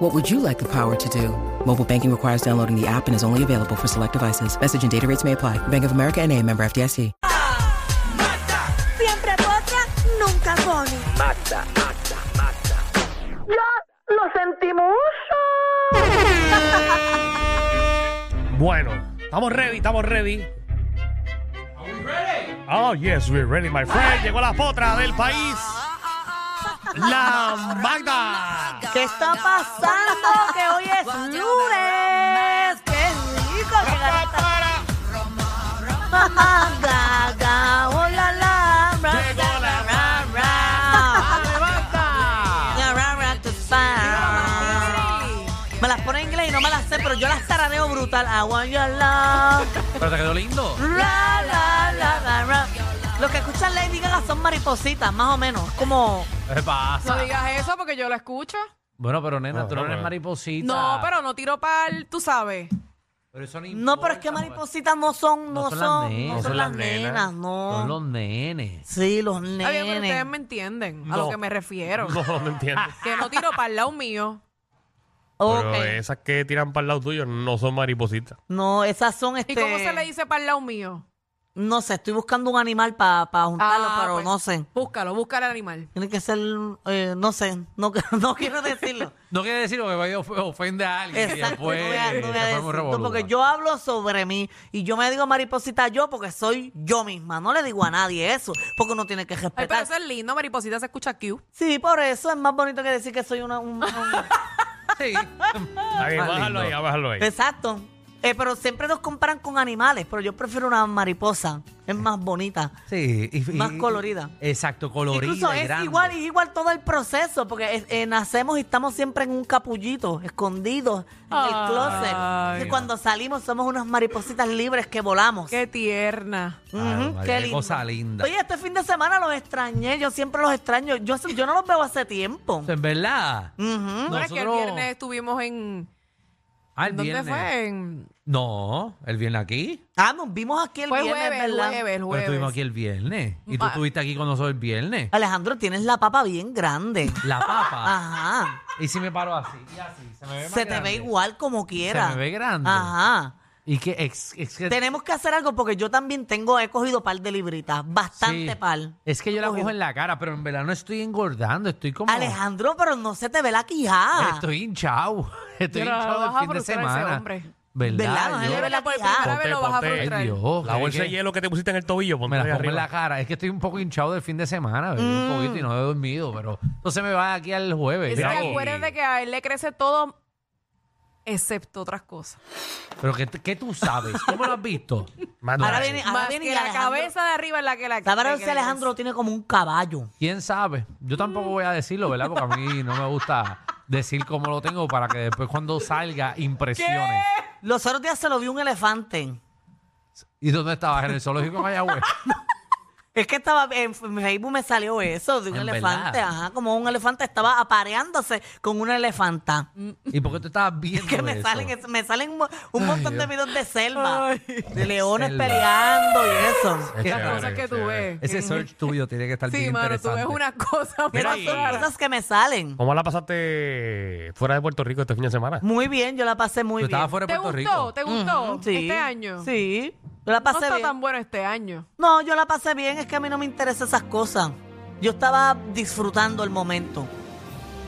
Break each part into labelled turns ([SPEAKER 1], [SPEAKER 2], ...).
[SPEAKER 1] What would you like the power to do? Mobile banking requires downloading the app and is only available for select devices. Message and data rates may apply. Bank of America and a member FDIC.
[SPEAKER 2] Siempre potra, nunca pone.
[SPEAKER 3] Bueno, estamos ready, estamos ready. Oh, yes, we're ready, my friend. Llegó la potra del país. La Magda.
[SPEAKER 2] ¿Qué está pasando? que hoy es lunes. ¡Qué rico! ¡Qué garata! Ga, ga, oh, la, la, ra, ra, ra, ra, ra. Ra, ra, ra, tu, pa. Me las pone en inglés y no me las sé, pero yo las taraneo brutal. I want your love.
[SPEAKER 4] Pero te quedó lindo.
[SPEAKER 2] Ra, la, la, la, ra. Los que escuchan Lady Gaga son maripositas, más o menos. Es como...
[SPEAKER 4] ¿Qué pasa?
[SPEAKER 5] No digas eso porque yo lo escucho.
[SPEAKER 4] Bueno, pero nena, tú no eres
[SPEAKER 3] bueno.
[SPEAKER 4] mariposita.
[SPEAKER 5] No, pero no tiro pal, tú sabes.
[SPEAKER 4] Pero eso no
[SPEAKER 2] No, pero es que
[SPEAKER 5] pues.
[SPEAKER 4] importa, pues.
[SPEAKER 2] maripositas no son, no,
[SPEAKER 4] No
[SPEAKER 2] son,
[SPEAKER 4] son las nenas.
[SPEAKER 2] no son las nenas,
[SPEAKER 4] pues. Son
[SPEAKER 2] no.
[SPEAKER 4] los nenes.
[SPEAKER 2] Sí, los
[SPEAKER 5] Está bien, pero ustedes me
[SPEAKER 2] nenes.
[SPEAKER 5] entienden
[SPEAKER 3] No.
[SPEAKER 5] a lo que me refiero.
[SPEAKER 3] No, no entiendo.
[SPEAKER 5] Que no tiro para el lado mío.
[SPEAKER 2] Ah, Ok.
[SPEAKER 3] Pero esas que tiran para el lado tuyo no son maripositas.
[SPEAKER 2] No, esas son este.
[SPEAKER 5] ¿Y cómo se le dice para el lado mío?
[SPEAKER 2] No sé, estoy buscando un animal para juntarlo,
[SPEAKER 5] Ah,
[SPEAKER 2] pero
[SPEAKER 5] pues,
[SPEAKER 2] no sé.
[SPEAKER 5] Búscalo, busca el animal.
[SPEAKER 2] Tiene que ser, eh, no sé, no, no quiero decirlo.
[SPEAKER 4] No quiere decir que vaya of- ofende a alguien. y
[SPEAKER 2] Exacto,
[SPEAKER 4] después,
[SPEAKER 2] no voy a- no voy a
[SPEAKER 4] se fue muy
[SPEAKER 2] decir,
[SPEAKER 4] revoluda.
[SPEAKER 2] porque yo hablo sobre mí y yo me digo mariposita yo porque soy yo misma, no le digo a nadie eso, porque uno tiene que
[SPEAKER 5] Ay, pero
[SPEAKER 2] respetar.
[SPEAKER 5] eso es lindo, mariposita se escucha cute.
[SPEAKER 2] Sí, por eso es más bonito que decir que soy una, un- un
[SPEAKER 4] Sí.
[SPEAKER 2] Ah,
[SPEAKER 3] Ahí,
[SPEAKER 4] Más
[SPEAKER 3] bájalo
[SPEAKER 4] lindo.
[SPEAKER 3] ahí, bájalo
[SPEAKER 2] Pues,
[SPEAKER 3] ahí.
[SPEAKER 2] Exacto. Eh, pero siempre nos comparan con animales, pero yo prefiero una mariposa. Es más bonita.
[SPEAKER 4] Sí. y- y-
[SPEAKER 2] Más colorida.
[SPEAKER 4] Exacto, colorida.
[SPEAKER 2] Incluso
[SPEAKER 4] y
[SPEAKER 2] es
[SPEAKER 4] grande.
[SPEAKER 2] igual, es igual todo el proceso, porque es- eh, nacemos y estamos siempre en un capullito, escondidos en el
[SPEAKER 5] Ay.
[SPEAKER 2] closet. Y cuando salimos somos unas maripositas libres que volamos.
[SPEAKER 5] Qué tierna.
[SPEAKER 2] Ujú,
[SPEAKER 4] Ave María,
[SPEAKER 2] qué
[SPEAKER 4] qué
[SPEAKER 2] lindo.
[SPEAKER 4] cosa linda.
[SPEAKER 2] Oye, este fin de semana los extrañé, yo siempre los extraño. Yo, hace- yo no los veo hace tiempo.
[SPEAKER 4] En verdad.
[SPEAKER 2] Ujú.
[SPEAKER 5] ¿No es que el
[SPEAKER 4] Nosotros-
[SPEAKER 5] viernes estuvimos en...
[SPEAKER 4] Ah, el
[SPEAKER 5] ¿Dónde
[SPEAKER 4] viernes.
[SPEAKER 5] fue? En-
[SPEAKER 4] No, el viernes aquí.
[SPEAKER 2] Ah, nos vimos aquí el
[SPEAKER 5] Fue
[SPEAKER 2] viernes,
[SPEAKER 5] jueves, el
[SPEAKER 2] ¿verdad?
[SPEAKER 5] jueves, el
[SPEAKER 4] Pero estuvimos
[SPEAKER 5] jueves.
[SPEAKER 4] aquí el viernes. Y tú
[SPEAKER 5] Ah.
[SPEAKER 4] estuviste aquí con nosotros el viernes.
[SPEAKER 2] Alejandro, tienes la papa bien grande.
[SPEAKER 4] La papa.
[SPEAKER 2] Ajá.
[SPEAKER 4] Y si me paro así, y así. Se me ve más
[SPEAKER 2] Ah. Se te
[SPEAKER 4] grande.
[SPEAKER 2] ve igual como quiera.
[SPEAKER 4] Se me ve grande.
[SPEAKER 2] Ajá.
[SPEAKER 4] Y que ex, ex- que-
[SPEAKER 2] Tenemos que hacer algo porque yo también tengo, he cogido par de libritas, bastante
[SPEAKER 4] sí.
[SPEAKER 2] par.
[SPEAKER 4] Es que yo la
[SPEAKER 2] Cogido.
[SPEAKER 4] cojo en la cara, pero en verdad no estoy engordando, estoy como
[SPEAKER 2] Alejandro, pero no se te ve la quijada.
[SPEAKER 4] estoy hinchado. Estoy
[SPEAKER 5] Pero
[SPEAKER 4] hinchado
[SPEAKER 5] vas
[SPEAKER 4] el
[SPEAKER 5] a
[SPEAKER 4] fin de
[SPEAKER 5] frustrar a ese
[SPEAKER 4] semana.
[SPEAKER 5] hombre.
[SPEAKER 4] ¿Verdad?
[SPEAKER 2] ¿Verdad? No se
[SPEAKER 4] Yo-
[SPEAKER 2] le ve la
[SPEAKER 5] Por
[SPEAKER 2] quijada.
[SPEAKER 5] primera vez lo vas a
[SPEAKER 3] Ponte, ponte.
[SPEAKER 4] Ay,
[SPEAKER 5] frustrar.
[SPEAKER 4] Dios.
[SPEAKER 3] La
[SPEAKER 4] que-
[SPEAKER 3] bolsa
[SPEAKER 4] que-
[SPEAKER 3] de hielo que te pusiste en el tobillo, ponte
[SPEAKER 4] Oh, Me
[SPEAKER 3] ahí
[SPEAKER 4] la pongo en
[SPEAKER 3] arriba.
[SPEAKER 4] la cara. Es que estoy un poco hinchado del fin de semana, bebí
[SPEAKER 2] Mm.
[SPEAKER 4] un poquito y no he dormido, pero entonces me va aquí al jueves.
[SPEAKER 5] Es
[SPEAKER 3] Mira
[SPEAKER 5] que
[SPEAKER 3] ahí.
[SPEAKER 5] acuérdense que a él le crece todo excepto otras cosas.
[SPEAKER 4] Pero ¿qué, qué tú sabes? ¿Cómo lo has visto?
[SPEAKER 3] Manda
[SPEAKER 2] Ahora
[SPEAKER 3] ahí.
[SPEAKER 2] viene, ahora
[SPEAKER 5] Más
[SPEAKER 2] viene
[SPEAKER 5] que
[SPEAKER 2] y
[SPEAKER 5] la
[SPEAKER 2] Alejandro-
[SPEAKER 5] cabeza de arriba es la que la
[SPEAKER 2] Sabrá
[SPEAKER 5] la
[SPEAKER 2] si
[SPEAKER 5] que le
[SPEAKER 2] Alejandro tiene como un caballo.
[SPEAKER 4] ¿Quién sabe? Yo tampoco voy a decirlo, ¿verdad? Porque a mí no me gusta decir cómo lo tengo para que después cuando salga impresione.
[SPEAKER 2] Los otros días se lo vio un elefante.
[SPEAKER 4] ¿Y dónde estabas? ¿En el zoológico de Mayagüez?
[SPEAKER 2] Es que estaba en Facebook me salió eso de un
[SPEAKER 4] En
[SPEAKER 2] elefante,
[SPEAKER 4] verdad.
[SPEAKER 2] ajá, como un elefante estaba apareándose con una elefanta.
[SPEAKER 4] ¿Y por qué tú estabas viendo
[SPEAKER 2] que me
[SPEAKER 4] Mm. eso?
[SPEAKER 2] salen, es- me salen un, mo- un montón de videos de selva, de leones
[SPEAKER 4] Selva.
[SPEAKER 2] peleando y eso.
[SPEAKER 4] Es
[SPEAKER 5] Las
[SPEAKER 4] chévere,
[SPEAKER 5] cosas que tú
[SPEAKER 3] chévere.
[SPEAKER 5] ves.
[SPEAKER 4] Ese
[SPEAKER 5] Que-
[SPEAKER 4] search tuyo tiene que estar
[SPEAKER 5] Sí,
[SPEAKER 4] bien
[SPEAKER 5] mano, tú
[SPEAKER 4] interesante.
[SPEAKER 5] ves unas cosas
[SPEAKER 3] Mira
[SPEAKER 2] Esas
[SPEAKER 3] ahí.
[SPEAKER 5] muy
[SPEAKER 2] son
[SPEAKER 5] raras.
[SPEAKER 2] cosas que me salen.
[SPEAKER 3] ¿Cómo la pasaste fuera de Puerto Rico este fin de semana?
[SPEAKER 2] Muy bien, yo la pasé
[SPEAKER 4] Tú
[SPEAKER 2] muy bien.
[SPEAKER 4] estabas fuera de
[SPEAKER 5] ¿Te
[SPEAKER 4] Puerto
[SPEAKER 5] gustó?
[SPEAKER 4] Rico.
[SPEAKER 5] ¿Te gustó
[SPEAKER 2] Ujú, sí.
[SPEAKER 5] este año?
[SPEAKER 2] Sí, yo la
[SPEAKER 5] No
[SPEAKER 2] pasé
[SPEAKER 5] está
[SPEAKER 2] bien.
[SPEAKER 5] tan bueno este año.
[SPEAKER 2] No, yo la pasé bien, es que a mí no me interesan esas cosas. Yo estaba disfrutando el momento.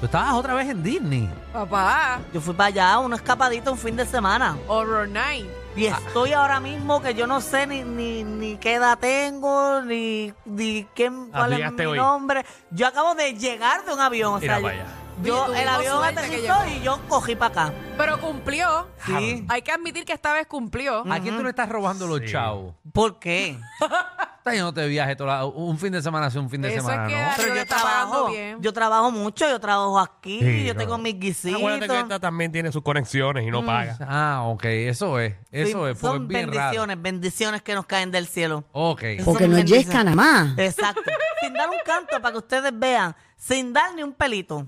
[SPEAKER 4] Tú estabas otra vez en Disney.
[SPEAKER 5] Papá,
[SPEAKER 2] Yo fui para allá, una escapadita un fin de semana.
[SPEAKER 5] Horror Night.
[SPEAKER 2] Y
[SPEAKER 3] Ah.
[SPEAKER 2] estoy ahora mismo que yo no sé ni, ni, ni qué edad tengo, ni, ni qué, cuál es mi
[SPEAKER 3] Ah, llegaste hoy.
[SPEAKER 2] nombre. Yo acabo de llegar de un avión. O
[SPEAKER 3] Mira
[SPEAKER 2] sea, yo,
[SPEAKER 3] para allá.
[SPEAKER 2] yo-
[SPEAKER 5] Oye, tuvimos
[SPEAKER 2] el avión
[SPEAKER 5] suerte que
[SPEAKER 2] aterrizó
[SPEAKER 5] llegó.
[SPEAKER 2] y yo cogí para acá.
[SPEAKER 5] Pero cumplió.
[SPEAKER 2] Sí. Ah.
[SPEAKER 5] Hay que admitir que esta vez cumplió.
[SPEAKER 4] ¿A quién tú le estás robando los
[SPEAKER 3] Sí.
[SPEAKER 4] chavos?
[SPEAKER 2] ¿Por qué?
[SPEAKER 4] Está lleno de viaje toda la- un fin de semana sí, un fin de
[SPEAKER 5] Eso es
[SPEAKER 4] semana,
[SPEAKER 5] que
[SPEAKER 4] ¿no?
[SPEAKER 5] Dani
[SPEAKER 2] Pero
[SPEAKER 5] le
[SPEAKER 2] yo
[SPEAKER 5] está pagando
[SPEAKER 2] trabajo,
[SPEAKER 5] bien.
[SPEAKER 2] yo trabajo mucho, yo trabajo aquí,
[SPEAKER 4] Sí,
[SPEAKER 2] yo tengo
[SPEAKER 4] claro.
[SPEAKER 2] mis guisitos.
[SPEAKER 3] Acuérdate que esta también tiene sus conexiones y
[SPEAKER 2] Mm.
[SPEAKER 3] no paga.
[SPEAKER 4] Ah, ok, eso es, eso
[SPEAKER 2] Sí,
[SPEAKER 4] es, porque
[SPEAKER 2] son
[SPEAKER 4] es bien raro.
[SPEAKER 2] bendiciones, bendiciones que nos caen del cielo.
[SPEAKER 4] Ok,
[SPEAKER 6] Porque no
[SPEAKER 2] Son
[SPEAKER 6] es
[SPEAKER 2] bendiciones.
[SPEAKER 6] yesca nada más.
[SPEAKER 2] Exacto. sin dar un canto para que ustedes vean, sin dar ni un pelito.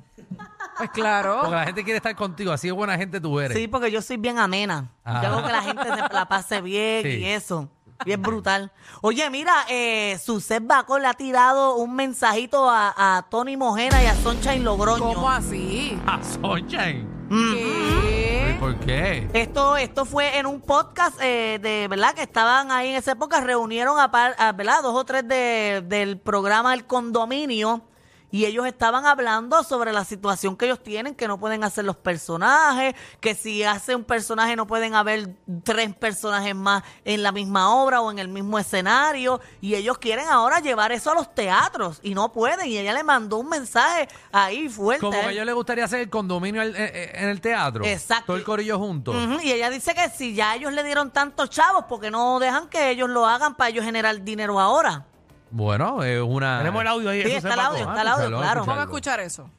[SPEAKER 5] Pues claro.
[SPEAKER 4] porque la gente quiere estar contigo, así de buena gente tú eres.
[SPEAKER 2] Sí, porque yo soy bien amena.
[SPEAKER 4] Ah.
[SPEAKER 2] Yo hago que la gente se la pase bien
[SPEAKER 4] Sí.
[SPEAKER 2] y eso. Y es brutal. Oye, mira, eh, Suset Bacol le ha tirado un mensajito a, a Tony Mojena y a Sunshine Logroño.
[SPEAKER 5] ¿Cómo así?
[SPEAKER 4] Ah, Sunshine. ¿Y
[SPEAKER 5] ¿Qué?
[SPEAKER 4] por qué?
[SPEAKER 2] Esto, esto fue en un podcast eh, de verdad que estaban ahí en esa época, reunieron a, par- a, ¿verdad? dos o tres de- del programa El Condominio y ellos estaban hablando sobre la situación que ellos tienen, que no pueden hacer los personajes, que si hace un personaje no pueden haber tres personajes más en la misma obra o en el mismo escenario y ellos quieren ahora llevar eso a los teatros y no pueden y ella le mandó un mensaje ahí fuerte.
[SPEAKER 4] Como que
[SPEAKER 2] ¿eh?
[SPEAKER 4] yo le gustaría hacer el condominio al- eh, eh, en el teatro.
[SPEAKER 2] Exacto.
[SPEAKER 4] Todo el corillo junto.
[SPEAKER 2] Ujú, Y ella dice que si ya ellos le dieron tantos chavos, porque no dejan que ellos lo hagan para ellos generar dinero ahora?
[SPEAKER 4] Bueno, es una...
[SPEAKER 3] Tenemos el audio ahí.
[SPEAKER 2] Sí,
[SPEAKER 3] de
[SPEAKER 2] está
[SPEAKER 3] Suset
[SPEAKER 2] el
[SPEAKER 3] Paco.
[SPEAKER 2] audio,
[SPEAKER 4] Ah,
[SPEAKER 2] está el audio,
[SPEAKER 4] escúchalo,
[SPEAKER 2] claro.
[SPEAKER 5] Vamos a
[SPEAKER 4] algo.
[SPEAKER 5] escuchar eso.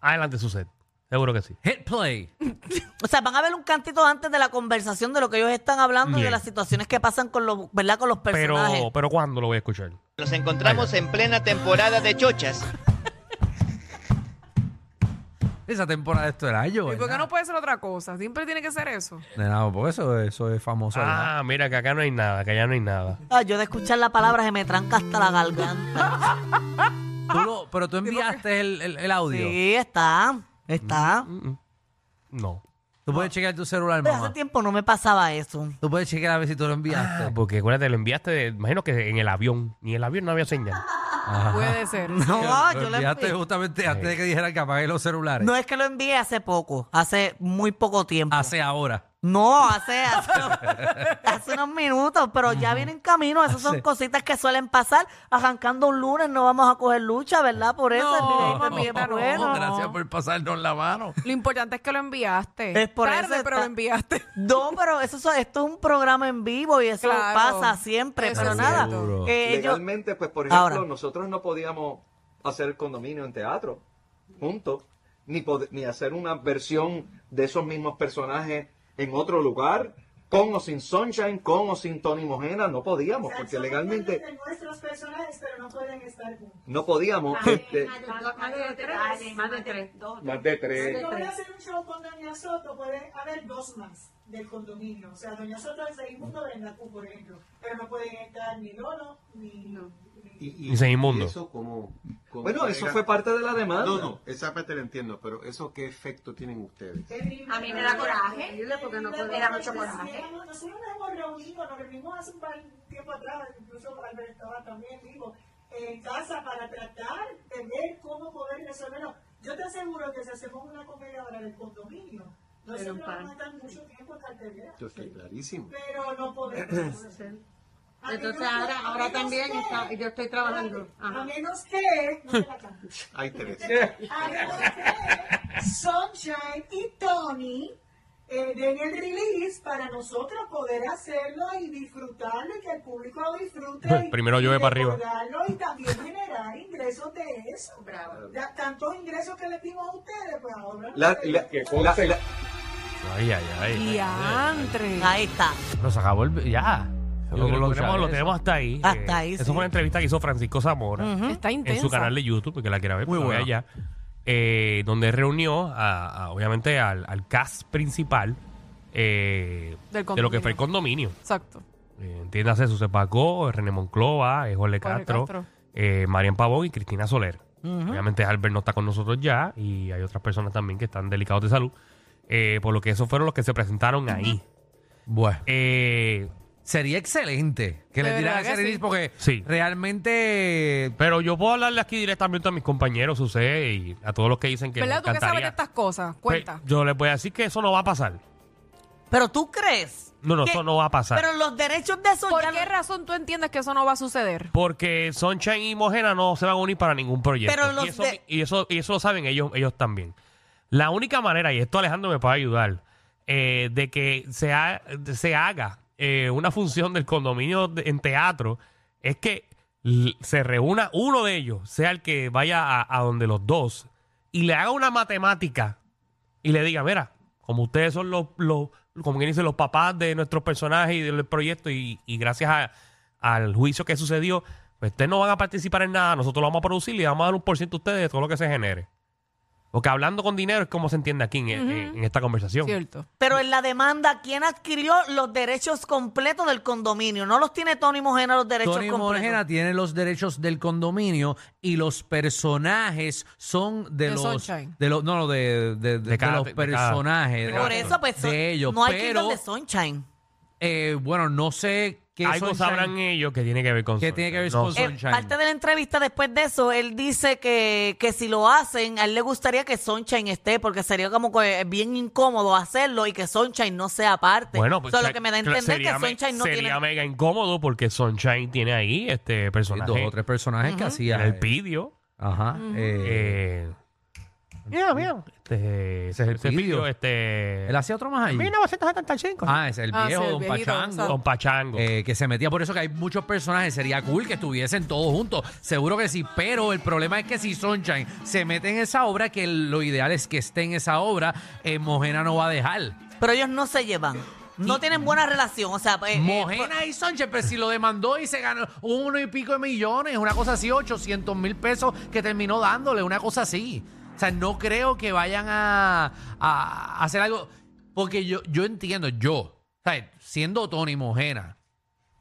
[SPEAKER 3] Adelante, Suset. Seguro que sí.
[SPEAKER 4] Hit play.
[SPEAKER 2] O sea, van a ver un cantito antes de la conversación de lo que ellos están hablando y de
[SPEAKER 3] Bien.
[SPEAKER 2] las situaciones que pasan con los, ¿verdad? Con los personajes.
[SPEAKER 3] Pero, pero ¿cuándo lo voy a escuchar?
[SPEAKER 7] Nos encontramos en plena temporada de chochas.
[SPEAKER 4] Esa temporada esto era yo.
[SPEAKER 5] ¿Y por qué
[SPEAKER 4] ¿verdad?
[SPEAKER 5] no puede ser otra cosa? Siempre tiene que ser eso.
[SPEAKER 4] De nada, pues, porque eso, eso es famoso. ¿verdad?
[SPEAKER 3] Ah, mira, que acá no hay nada, que allá no hay nada.
[SPEAKER 2] Ah, yo de escuchar la palabra se me tranca hasta la garganta.
[SPEAKER 4] Tú lo- pero tú enviaste el, el- el audio.
[SPEAKER 2] sí, está, está.
[SPEAKER 3] No.
[SPEAKER 4] Tú puedes chequear tu celular,
[SPEAKER 2] Pero hace
[SPEAKER 4] mamá.
[SPEAKER 2] tiempo no me pasaba eso.
[SPEAKER 4] Tú puedes chequear a ver si tú lo
[SPEAKER 3] Ah,
[SPEAKER 4] enviaste.
[SPEAKER 3] Porque acuérdate, lo enviaste, de- imagino que en el avión. Ni el avión no había señal.
[SPEAKER 4] Ajá.
[SPEAKER 5] Puede ser.
[SPEAKER 2] No,
[SPEAKER 4] Lo
[SPEAKER 2] yo le
[SPEAKER 4] enviaste
[SPEAKER 2] envié.
[SPEAKER 4] justamente antes de que dijeran que apagué los celulares.
[SPEAKER 2] No es que lo envié hace poco, hace muy poco tiempo.
[SPEAKER 4] Hace ahora.
[SPEAKER 2] No, hace, hace, hace unos minutos, pero ya viene en camino. Esas son
[SPEAKER 4] Hace-
[SPEAKER 2] cositas que suelen pasar. Arrancando un lunes no vamos a coger lucha, ¿verdad? Por eso el
[SPEAKER 5] No,
[SPEAKER 2] videíto es bien
[SPEAKER 5] mamita, no.
[SPEAKER 2] bueno.
[SPEAKER 4] Gracias por pasarnos la mano.
[SPEAKER 5] Lo importante es que lo enviaste.
[SPEAKER 2] Es por
[SPEAKER 5] Tarde,
[SPEAKER 2] eso está-
[SPEAKER 5] pero lo enviaste.
[SPEAKER 2] No, pero eso, so- esto es un programa en vivo y eso
[SPEAKER 5] Claro.
[SPEAKER 2] pasa siempre,
[SPEAKER 5] Eso
[SPEAKER 2] pero
[SPEAKER 5] es
[SPEAKER 2] nada.
[SPEAKER 4] cierto.
[SPEAKER 2] eh, ellos-
[SPEAKER 8] legalmente, pues por ejemplo,
[SPEAKER 2] Ahora.
[SPEAKER 8] nosotros no podíamos hacer el condominio en teatro juntos, ni, pod- ni hacer una versión de esos mismos personajes en otro lugar, con o sin Sunshine, con o sin Tony Mojena, no podíamos, porque legalmente
[SPEAKER 9] nuestros personajes, pero no pueden estar juntos. Ah,
[SPEAKER 8] no podíamos. este, más de tres.
[SPEAKER 9] Si yo voy a hacer un show con Doña Soto, puede haber dos más del condominio. O sea, Doña Soto es el mundo Brenda Q, por ejemplo. Pero no pueden estar ni Lolo ni...
[SPEAKER 3] Y se inmundo.
[SPEAKER 10] Eso como, como
[SPEAKER 8] Bueno, eso
[SPEAKER 10] pareja-
[SPEAKER 8] fue parte de la demanda.
[SPEAKER 10] No, no, esa parte la entiendo, pero eso qué efecto tienen ustedes.
[SPEAKER 9] A mí me da coraje, porque no puedo dar mucho coraje. Nosotros nos hemos reunido, nos reunimos hace un par de tiempo atrás, incluso Alberto estaba también vivo, en casa para tratar de ver cómo poder resolverlo. Yo te aseguro que si hacemos una comedia ahora del condominio, nosotros no vamos a estar mucho tiempo en cartelera,
[SPEAKER 10] Esto está clarísimo.
[SPEAKER 9] pero no podemos. A
[SPEAKER 11] Entonces
[SPEAKER 9] menos
[SPEAKER 11] ahora,
[SPEAKER 9] que- a
[SPEAKER 11] ahora
[SPEAKER 9] menos
[SPEAKER 11] también
[SPEAKER 9] que-
[SPEAKER 11] está- yo estoy trabajando.
[SPEAKER 9] A
[SPEAKER 11] Ajá.
[SPEAKER 9] menos que... No te la canto.
[SPEAKER 10] Hay tres.
[SPEAKER 9] A menos que Sunshine y Tony eh, den el release para nosotros poder hacerlo y disfrutarlo y que el público lo disfrute. y-
[SPEAKER 3] Primero
[SPEAKER 9] y
[SPEAKER 3] llueve para arriba.
[SPEAKER 9] recordarlo Y también generar ingresos de eso. Bravo. Ya, tantos ingresos que les dimos a ustedes, pues ahora.
[SPEAKER 8] La- la- la- la-
[SPEAKER 3] Ay, ay, ay.
[SPEAKER 5] Diantre.
[SPEAKER 2] ahí está.
[SPEAKER 4] Nos acabó el. Ya.
[SPEAKER 3] Yo creo que lo, tenemos, lo tenemos hasta ahí.
[SPEAKER 2] Hasta ahí,
[SPEAKER 3] Eso
[SPEAKER 2] sí.
[SPEAKER 3] fue una entrevista que hizo Francisco Zamora
[SPEAKER 5] Está
[SPEAKER 3] en
[SPEAKER 5] intenso.
[SPEAKER 3] su canal de YouTube, que la quiera ver,
[SPEAKER 4] Muy
[SPEAKER 3] pues la ve
[SPEAKER 4] bueno.
[SPEAKER 3] allá. eh, donde reunió, a, a, obviamente, al, al cast principal eh, de lo que
[SPEAKER 5] Del condominio.
[SPEAKER 3] fue el condominio.
[SPEAKER 5] Exacto.
[SPEAKER 3] Eh, entiéndase, Suset Pacó, René Monclova, eh, Jorge Castro,
[SPEAKER 5] Castro.
[SPEAKER 3] eh, Marian Pavón y Cristina Soler. Obviamente Albert no está con nosotros ya y hay otras personas también que están delicados de salud. Eh, por lo que esos fueron los que se presentaron ahí.
[SPEAKER 4] Bueno.
[SPEAKER 3] Eh,
[SPEAKER 4] Sería excelente que
[SPEAKER 5] De
[SPEAKER 4] le dieran
[SPEAKER 5] verdad que
[SPEAKER 4] ese release
[SPEAKER 5] sí.
[SPEAKER 4] porque
[SPEAKER 3] Sí.
[SPEAKER 4] realmente.
[SPEAKER 3] pero yo puedo hablarle aquí directamente a mis compañeros, Suset, y a todos los que dicen que les
[SPEAKER 5] ¿Verdad? Tú que sabes
[SPEAKER 3] encantaría.
[SPEAKER 5] de estas cosas. Cuenta.
[SPEAKER 3] Pues, yo les voy a decir que eso no va a pasar.
[SPEAKER 2] Pero tú crees.
[SPEAKER 3] No, no,
[SPEAKER 2] que-
[SPEAKER 3] eso no va a pasar.
[SPEAKER 2] Pero los derechos de esos
[SPEAKER 5] ¿Por
[SPEAKER 2] ya no-
[SPEAKER 5] qué razón tú entiendes que eso no va a suceder?
[SPEAKER 3] Porque Sunshine y Mojena no se van a unir para ningún proyecto.
[SPEAKER 2] Pero los
[SPEAKER 3] y, eso,
[SPEAKER 2] de-
[SPEAKER 3] y, eso, y eso lo saben ellos, ellos también. La única manera, y esto Alejandro me puede ayudar, eh, de que se, ha- se haga eh, una función del condominio de- en teatro es que l- se reúna uno de ellos, sea el que vaya a, a donde los dos, y le haga una matemática y le diga, mira, como ustedes son los, los como quien dice, los papás de nuestros personajes y del proyecto, y, y gracias a- al juicio que sucedió, pues ustedes no van a participar en nada, nosotros lo vamos a producir y le vamos a dar un por ciento a ustedes de todo lo que se genere. Porque hablando con dinero es como se entiende aquí en, en- en esta conversación.
[SPEAKER 5] Cierto.
[SPEAKER 2] Pero en la demanda, ¿quién adquirió los derechos completos del condominio? No los tiene Tony Mojena los derechos
[SPEAKER 4] Tony
[SPEAKER 2] completos.
[SPEAKER 4] Morgena tiene los derechos del condominio y los personajes son de
[SPEAKER 5] De
[SPEAKER 4] los
[SPEAKER 5] Sunshine.
[SPEAKER 4] de los no no, de, de, de- de
[SPEAKER 3] cada-
[SPEAKER 4] los
[SPEAKER 3] de cada-
[SPEAKER 4] personajes
[SPEAKER 3] de
[SPEAKER 4] de-
[SPEAKER 3] cada-
[SPEAKER 2] Por eso, pues, son-
[SPEAKER 4] de ellos
[SPEAKER 2] no hay
[SPEAKER 4] pero
[SPEAKER 2] Kingdom de Sunshine.
[SPEAKER 4] eh, bueno no sé qué
[SPEAKER 3] Algo
[SPEAKER 4] Sunshine-
[SPEAKER 3] sabrán ellos que tiene que ver con
[SPEAKER 4] ¿Qué tiene que ver
[SPEAKER 3] No
[SPEAKER 4] con
[SPEAKER 3] sé.
[SPEAKER 2] Eh,
[SPEAKER 4] Sunshine.
[SPEAKER 2] parte de la entrevista después de eso, él dice que, que si lo hacen, a él le gustaría que Sunshine esté, porque sería como que bien incómodo hacerlo y que Sunshine no sea parte.
[SPEAKER 3] Bueno, pues
[SPEAKER 2] Eso es
[SPEAKER 3] se-
[SPEAKER 2] lo que me da a
[SPEAKER 3] cla-
[SPEAKER 2] entender que
[SPEAKER 3] sería me-
[SPEAKER 2] Sunshine no
[SPEAKER 3] sería
[SPEAKER 2] tiene.
[SPEAKER 3] mega incómodo porque Sunshine tiene ahí este
[SPEAKER 4] Sí,
[SPEAKER 3] personaje.
[SPEAKER 4] dos o tres personajes que hacía
[SPEAKER 3] Era el
[SPEAKER 4] eh,
[SPEAKER 3] pidio.
[SPEAKER 4] ajá eh,
[SPEAKER 3] eh, mira, mira. Este, ese, ese
[SPEAKER 4] Pidio.
[SPEAKER 3] pidio, este.
[SPEAKER 4] él hacía otro más ahí
[SPEAKER 3] 1975.
[SPEAKER 4] ah es el
[SPEAKER 5] Ah, sí,
[SPEAKER 4] viejo
[SPEAKER 5] el
[SPEAKER 4] don
[SPEAKER 5] viejito,
[SPEAKER 4] Pachango
[SPEAKER 5] exacto.
[SPEAKER 3] Don Pachango.
[SPEAKER 4] Eh, que se metía. Por eso que hay muchos personajes. Sería cool que estuviesen todos juntos. Seguro que sí. Pero el problema es que si Sunshine se mete en esa obra, que lo ideal es que esté en esa obra, eh, Mojena no va a dejar.
[SPEAKER 2] Pero ellos no se llevan. No tienen buena relación. O sea, eh, eh,
[SPEAKER 4] Mojena y Sunshine, pero si lo demandó y se ganó uno y pico de millones, una cosa así, 800 mil pesos que terminó dándole, una cosa así. O sea, no creo que vayan a, a hacer algo. Porque yo, yo entiendo, yo, ¿sabes? siendo Tony Mojena,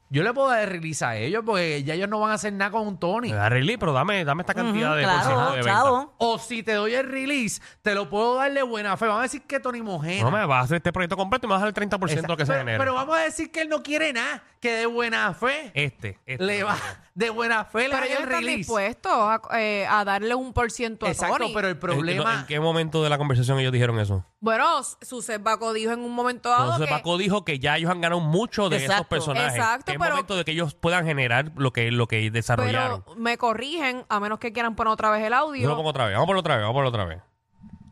[SPEAKER 4] yo le puedo dar release a ellos porque ya ellos no van a hacer nada con Tony.
[SPEAKER 3] Me da relief, pero dame, dame esta
[SPEAKER 2] ujú,
[SPEAKER 3] cantidad de porcentaje
[SPEAKER 2] claro,
[SPEAKER 3] de venta.
[SPEAKER 2] chavo.
[SPEAKER 4] O si te doy el release, te lo puedo dar de buena fe. Van a decir que Tony Mojena.
[SPEAKER 3] No me vas a hacer este proyecto completo y me vas a dar el 30%
[SPEAKER 4] Exacto.
[SPEAKER 3] que se
[SPEAKER 4] pero,
[SPEAKER 3] genera.
[SPEAKER 4] pero vamos a decir que él no quiere nada, que de buena fe.
[SPEAKER 3] este, este.
[SPEAKER 4] le va de buena fe le
[SPEAKER 5] Pero
[SPEAKER 4] da
[SPEAKER 5] ellos
[SPEAKER 4] el
[SPEAKER 5] están
[SPEAKER 4] release.
[SPEAKER 5] dispuestos a, eh, a darle un por ciento a
[SPEAKER 4] Exacto,
[SPEAKER 5] Tony.
[SPEAKER 4] pero el
[SPEAKER 3] ¿En,
[SPEAKER 4] problema
[SPEAKER 3] en qué momento de la conversación ellos dijeron eso?
[SPEAKER 5] Bueno, Suset Baco dijo en un momento dado
[SPEAKER 3] Entonces
[SPEAKER 5] que...
[SPEAKER 3] Paco dijo que ya ellos han ganado mucho de esos
[SPEAKER 2] Exacto.
[SPEAKER 3] personajes.
[SPEAKER 5] Exacto,
[SPEAKER 3] es
[SPEAKER 5] pero-
[SPEAKER 3] momento de que ellos puedan generar lo que, lo que desarrollaron.
[SPEAKER 5] Pero me corrigen, a menos que quieran poner otra vez el
[SPEAKER 3] Yo lo pongo
[SPEAKER 5] audio.
[SPEAKER 3] otra vez. Vamos por otra vez. Vamos por otra vez.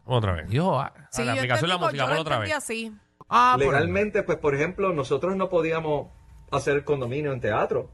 [SPEAKER 3] Vamos otra vez.
[SPEAKER 4] Dijo, ah,
[SPEAKER 5] Sí,
[SPEAKER 3] a la
[SPEAKER 5] yo
[SPEAKER 3] aplicación de la
[SPEAKER 5] entendí, pues,
[SPEAKER 3] música,
[SPEAKER 5] yo lo
[SPEAKER 3] ponlo otra
[SPEAKER 5] entendí
[SPEAKER 3] vez.
[SPEAKER 5] así.
[SPEAKER 4] ah, por-
[SPEAKER 8] Legalmente, pues por ejemplo, nosotros no podíamos hacer condominio en teatro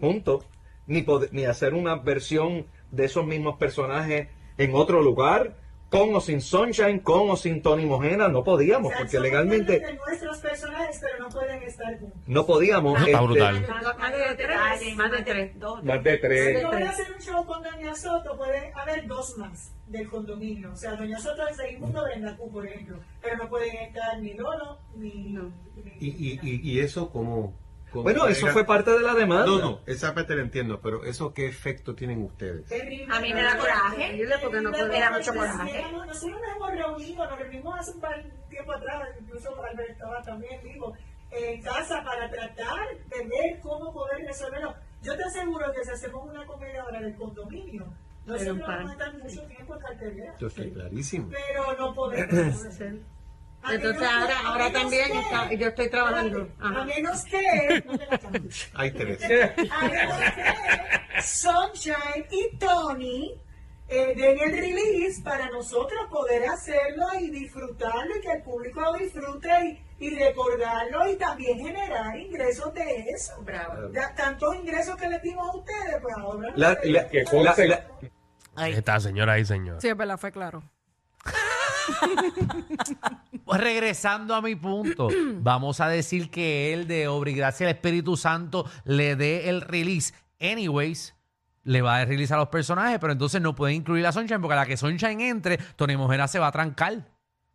[SPEAKER 8] juntos, ni, pod- ni hacer una versión de esos mismos personajes en otro lugar, con o sin Sunshine, con o sin Tony Mojena, no
[SPEAKER 9] O
[SPEAKER 8] podíamos,
[SPEAKER 9] sea,
[SPEAKER 8] porque
[SPEAKER 9] son
[SPEAKER 8] legalmente
[SPEAKER 9] ustedes de nuestros personajes, pero no pueden estar juntos.
[SPEAKER 8] no podíamos.
[SPEAKER 3] Está
[SPEAKER 8] este,
[SPEAKER 3] brutal.
[SPEAKER 9] Más de tres. Más de tres.
[SPEAKER 8] Más de tres.
[SPEAKER 9] Si yo voy a hacer un show con Doña Soto, puede haber dos más del condominio. O sea, Doña Soto es de Inmundo Brenda Q, por ejemplo. Pero no pueden estar ni Lolo ni. ni-
[SPEAKER 10] Y, y, y, y eso como... como
[SPEAKER 8] Bueno, eso
[SPEAKER 10] pega-
[SPEAKER 8] fue parte de la demanda.
[SPEAKER 10] No, no, esa parte la entiendo, pero eso qué efecto tienen ustedes.
[SPEAKER 9] A mí me da coraje, porque no era mucho coraje. pues, Nosotros nos hemos reunido, nos reunimos hace un par tiempo atrás, incluso Alberto estaba también vivo, en casa para tratar de ver cómo poder resolverlo. Yo te aseguro que si hacemos una comedia ahora del condominio, nosotros vamos a estar mucho tiempo en cartelera,
[SPEAKER 10] Esto está clarísimo.
[SPEAKER 9] pero no podemos hacer. Entonces ahora, ahora también yo estoy trabajando. A menos que... no te la cambies.
[SPEAKER 10] Hay tres.
[SPEAKER 9] Sunshine y Tony eh, den el release para nosotros poder hacerlo y disfrutarlo y que el público lo disfrute y, y recordarlo y también generar ingresos de eso. Ya tantos ingresos que les dimos a ustedes, pues ahora.
[SPEAKER 8] La- la- la- la-
[SPEAKER 2] Ay,
[SPEAKER 3] Está, señora y señor.
[SPEAKER 5] Sí, es verdad, fue claro.
[SPEAKER 4] Pues regresando a mi punto, vamos a decir que él de obra y gracia al Espíritu Santo le dé el release. Anyways, le va a dar release a los personajes, pero entonces no puede incluir a Sunshine porque a la que Sunshine entre, Tony Mojena se va a trancar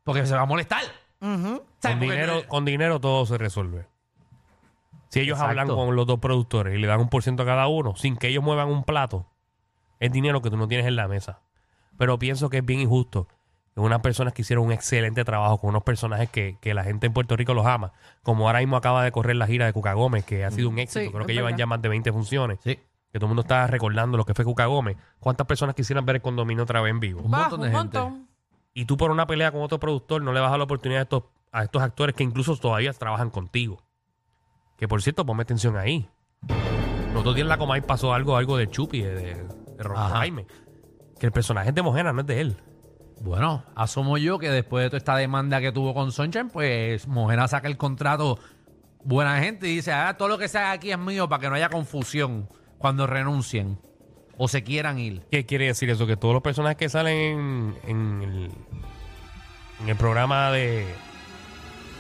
[SPEAKER 4] porque se va a molestar. ¿Sabes?
[SPEAKER 3] Con
[SPEAKER 4] Porque-
[SPEAKER 3] dinero, con dinero todo se resuelve. Si ellos
[SPEAKER 4] Exacto.
[SPEAKER 3] hablan con los dos productores y le dan un por ciento a cada uno, sin que ellos muevan un plato, es dinero que tú no tienes en la mesa. Pero pienso que es bien injusto que unas personas que hicieron un excelente trabajo con unos personajes que, que la gente en Puerto Rico los ama, como ahora mismo acaba de correr la gira de Cuca Gómez, que ha sido un éxito,
[SPEAKER 5] Sí,
[SPEAKER 3] creo
[SPEAKER 5] es
[SPEAKER 3] que llevan
[SPEAKER 5] verdad.
[SPEAKER 3] ya más de 20 funciones,
[SPEAKER 4] Sí,
[SPEAKER 3] que todo el mundo está recordando lo que fue Cuca Gómez. ¿Cuántas personas quisieran ver el condominio otra vez en vivo?
[SPEAKER 4] un
[SPEAKER 5] Bajo,
[SPEAKER 4] montón de
[SPEAKER 5] un
[SPEAKER 4] gente.
[SPEAKER 5] montón.
[SPEAKER 3] y tú por una pelea con otro productor no le vas a dar la oportunidad a estos, a estos actores que incluso todavía trabajan contigo. Que por cierto, ponme atención ahí. Los otros días en la Comay pasó algo, algo de Chupi, de, de, de Ron
[SPEAKER 4] Ajá.
[SPEAKER 3] Jaime. Que el personaje es de Mojena, no es de él.
[SPEAKER 4] Bueno, asumo yo que después de toda esta demanda que tuvo con Sunshine, pues Mojena saca el contrato buena gente y dice, ah, todo lo que se haga aquí es mío para que no haya confusión. cuando renuncien o se quieran ir.
[SPEAKER 3] ¿Qué quiere decir eso? Que todos los personajes que salen en, en el, en el programa de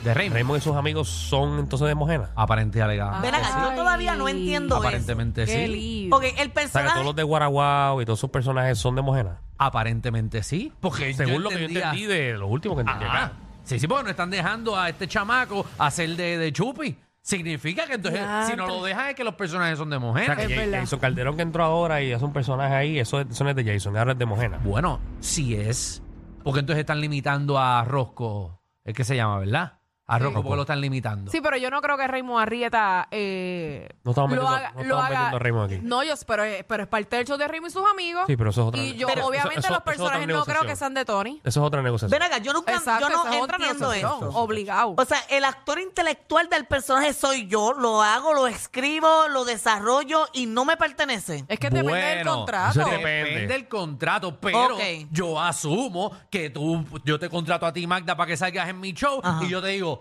[SPEAKER 4] De Raymond.
[SPEAKER 3] Raymond y sus amigos son entonces de Mojena.
[SPEAKER 4] Aparente y alegadamente.
[SPEAKER 2] Ven acá, yo todavía no entiendo Ah, eso.
[SPEAKER 4] Aparentemente
[SPEAKER 5] Qué
[SPEAKER 4] sí.
[SPEAKER 5] lío.
[SPEAKER 2] Ok, el
[SPEAKER 3] O sea, que todos
[SPEAKER 2] personaje.
[SPEAKER 3] los de Guaraguao y todos sus personajes son de Mojena.
[SPEAKER 4] Aparentemente sí. Porque yo
[SPEAKER 3] Según lo que yo
[SPEAKER 4] entendía-
[SPEAKER 3] entendí de lo último que entendí
[SPEAKER 4] Ajá.
[SPEAKER 3] acá.
[SPEAKER 4] Sí, sí, porque no están dejando a este chamaco hacer de, de chupi. Significa que entonces,
[SPEAKER 5] Ya,
[SPEAKER 4] si no lo dejan, es que los personajes son de
[SPEAKER 3] O sea,
[SPEAKER 4] mujeres.
[SPEAKER 3] que
[SPEAKER 5] Es
[SPEAKER 3] Ja-
[SPEAKER 5] verdad.
[SPEAKER 3] Jason Calderón que entró ahora y hace un personaje ahí, eso, es- eso no es de Jason, ahora es de Mojena.
[SPEAKER 4] Bueno, sí es. Porque entonces están limitando a Rosco. Es que se llama, ¿verdad? A Rosco, porque lo están limitando.
[SPEAKER 5] Sí, pero yo no creo que Raymond Arrieta eh,
[SPEAKER 3] No estamos
[SPEAKER 5] lo
[SPEAKER 3] metiendo-
[SPEAKER 5] haga-
[SPEAKER 3] no
[SPEAKER 5] lo
[SPEAKER 3] estamos
[SPEAKER 5] haga-
[SPEAKER 3] metiendo a Raymond aquí.
[SPEAKER 5] No, yo, pero, eh, pero es parte del show de Raymond y sus amigos.
[SPEAKER 3] Sí, pero eso es otra
[SPEAKER 5] y yo,
[SPEAKER 3] pero eso-
[SPEAKER 5] obviamente,
[SPEAKER 3] eso- eso es
[SPEAKER 5] los
[SPEAKER 3] otra
[SPEAKER 5] personajes no creo
[SPEAKER 3] negociación.
[SPEAKER 5] que sean de Tony.
[SPEAKER 3] Eso es otra negociación.
[SPEAKER 2] Ven acá, yo nunca
[SPEAKER 5] Exacto,
[SPEAKER 2] yo no
[SPEAKER 5] esa es otra
[SPEAKER 2] entiendo
[SPEAKER 5] negociación.
[SPEAKER 2] eso.
[SPEAKER 5] Obligado.
[SPEAKER 2] O sea, el actor intelectual del personaje soy yo, lo hago, lo escribo, lo desarrollo y no me pertenece.
[SPEAKER 5] es que depende del
[SPEAKER 4] Bueno,
[SPEAKER 5] contrato.
[SPEAKER 3] eso depende.
[SPEAKER 4] Depende. del contrato, pero
[SPEAKER 2] Ok.
[SPEAKER 4] yo asumo que tú, yo te contrato a ti, Magda, para que salgas en mi show
[SPEAKER 2] Ajá.
[SPEAKER 4] y yo te digo,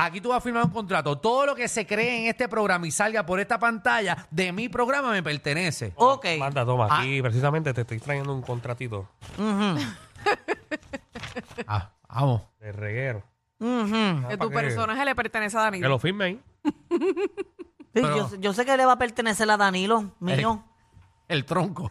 [SPEAKER 4] aquí tú vas a firmar un contrato. Todo lo que se cree en este programa y salga por esta pantalla de mi programa me pertenece.
[SPEAKER 2] Ok.
[SPEAKER 3] Manda, toma,
[SPEAKER 4] Ah.
[SPEAKER 3] aquí precisamente te estoy trayendo un contratito
[SPEAKER 2] Ujú,
[SPEAKER 4] Ah, vamos.
[SPEAKER 3] de reguero.
[SPEAKER 2] ujú.
[SPEAKER 3] Ah,
[SPEAKER 5] Que tu
[SPEAKER 3] ¿para qué?
[SPEAKER 5] personaje le pertenece a
[SPEAKER 3] Que
[SPEAKER 5] Danilo.
[SPEAKER 3] lo firme ahí.
[SPEAKER 2] Sí,
[SPEAKER 4] Pero-
[SPEAKER 2] yo, yo sé que le va a pertenecer a Danilo, mío.
[SPEAKER 4] El tronco.